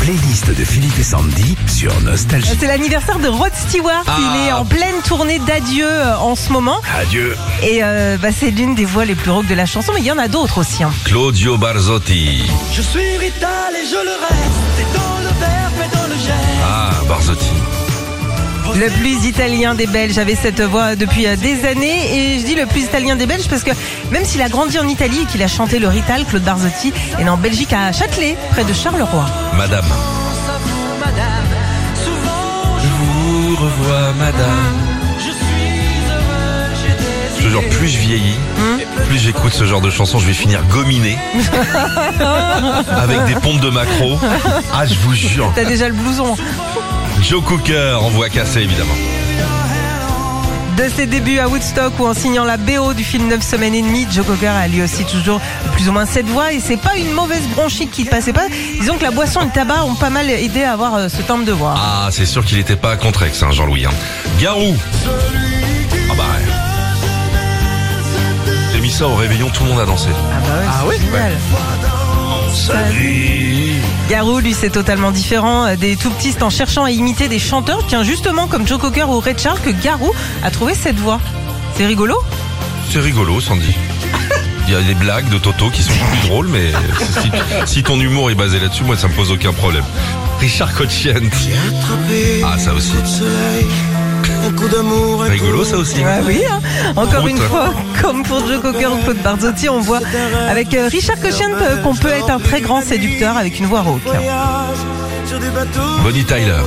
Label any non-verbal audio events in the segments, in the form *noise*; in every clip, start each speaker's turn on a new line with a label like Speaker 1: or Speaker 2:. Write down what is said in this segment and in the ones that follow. Speaker 1: playlist de Philippe et Sandy sur Nostalgie.
Speaker 2: C'est l'anniversaire de Rod Stewart. Il est en pleine tournée d'adieu euh, en ce moment.
Speaker 1: Adieu.
Speaker 2: Et euh, bah, c'est l'une des voix les plus rock de la chanson, mais il y en a d'autres aussi. hein.
Speaker 1: Claudio Barzotti.
Speaker 3: Je suis Rital et je le reste. T'es dans le verbe et dans le geste.
Speaker 1: Ah, Barzotti.
Speaker 2: Le plus italien des Belges. J'avais cette voix depuis euh, des années. Et je dis le plus italien des Belges parce que même s'il a grandi en Italie et qu'il a chanté le Rital, Claude Barzotti est né en Belgique à Châtelet, près de Charleroi.
Speaker 1: Madame.
Speaker 3: Ça vous, madame. Souvent,
Speaker 1: Je vous revois, madame.
Speaker 3: je, je suis heureux, j'ai des
Speaker 1: Je te jure,
Speaker 3: idées.
Speaker 1: plus je vieillis, plus j'écoute ce genre de chansons, je vais finir gominé. *laughs* avec des pompes de macro. Ah, je vous jure.
Speaker 2: T'as déjà le blouson.
Speaker 1: Joe Cooker en voix cassée, évidemment.
Speaker 2: De ses débuts à Woodstock ou en signant la BO du film 9 semaines et demie, Joe Cocker a lui aussi toujours plus ou moins cette voix et c'est pas une mauvaise bronchite qui passait pas. Disons que la boisson et le tabac ont pas mal aidé à avoir euh, ce timbre de voix.
Speaker 1: Ah, c'est sûr qu'il n'était pas à Contrex, hein, Jean-Louis. hein. Garou. Ah bah ouais. J'ai mis ça au réveillon, tout le monde a dansé.
Speaker 2: Ah bah ouais, c'est génial.
Speaker 1: Salut.
Speaker 2: Garou, lui, c'est totalement différent euh, des tout petits en cherchant à imiter des chanteurs. Tiens, justement, comme Joe Cocker ou Red Shark, Garou a trouvé cette voix. C'est rigolo
Speaker 1: C'est rigolo, Sandy. Il y a des blagues de Toto qui sont plus drôles, mais si, si ton humour est basé là-dessus, moi, ça me pose aucun problème. Richard Cochient.
Speaker 4: Attrapé
Speaker 1: Ah, ça aussi.
Speaker 4: de soleil, un coup d'amour, un
Speaker 1: Rigolo,
Speaker 4: coup-
Speaker 1: ça aussi.
Speaker 2: Ouais, oui, hein. encore
Speaker 1: Route.
Speaker 2: une fois, comme pour Joe Cocker ou Claude Barzotti, on voit avec euh, Richard Cochent euh, qu'on peut être un très grand séducteur avec une voix rauque.
Speaker 4: Voyage sur des bateaux.
Speaker 1: Bonnie Tyler.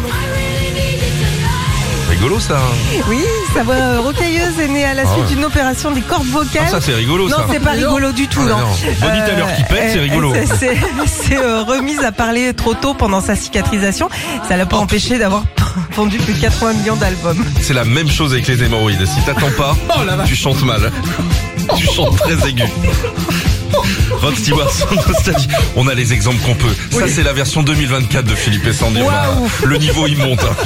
Speaker 1: Rigolo, ça. hein.
Speaker 2: Ah Oui, sa voix euh, rocailleuse est née à la
Speaker 1: Ah
Speaker 2: suite
Speaker 1: ouais.
Speaker 2: d'une opération des cordes vocales.
Speaker 1: Ah, ça, c'est rigolo,
Speaker 2: non,
Speaker 1: ça.
Speaker 2: c'est pas rigolo du tout,
Speaker 1: Ah,
Speaker 2: non. Euh,
Speaker 1: non. Bonnie Tyler qui pète, c'est
Speaker 2: elle-
Speaker 1: rigolo.
Speaker 2: elle s'est- s'est euh, remise à parler trop tôt pendant sa cicatrisation. Ça l'a pas
Speaker 1: Oh.
Speaker 2: empêché d'avoir *laughs* vendu plus de 80 millions d'albums.
Speaker 1: C'est la même chose avec les hémorroïdes. Si t'attends pas, tu chantes mal. Tu chantes très aigu. Rod Stewart sur Nostalgie. On a les exemples qu'on peut. Ça, c'est la version 2024 de Philippe et Sandy. On a- Le niveau, il monte. hein.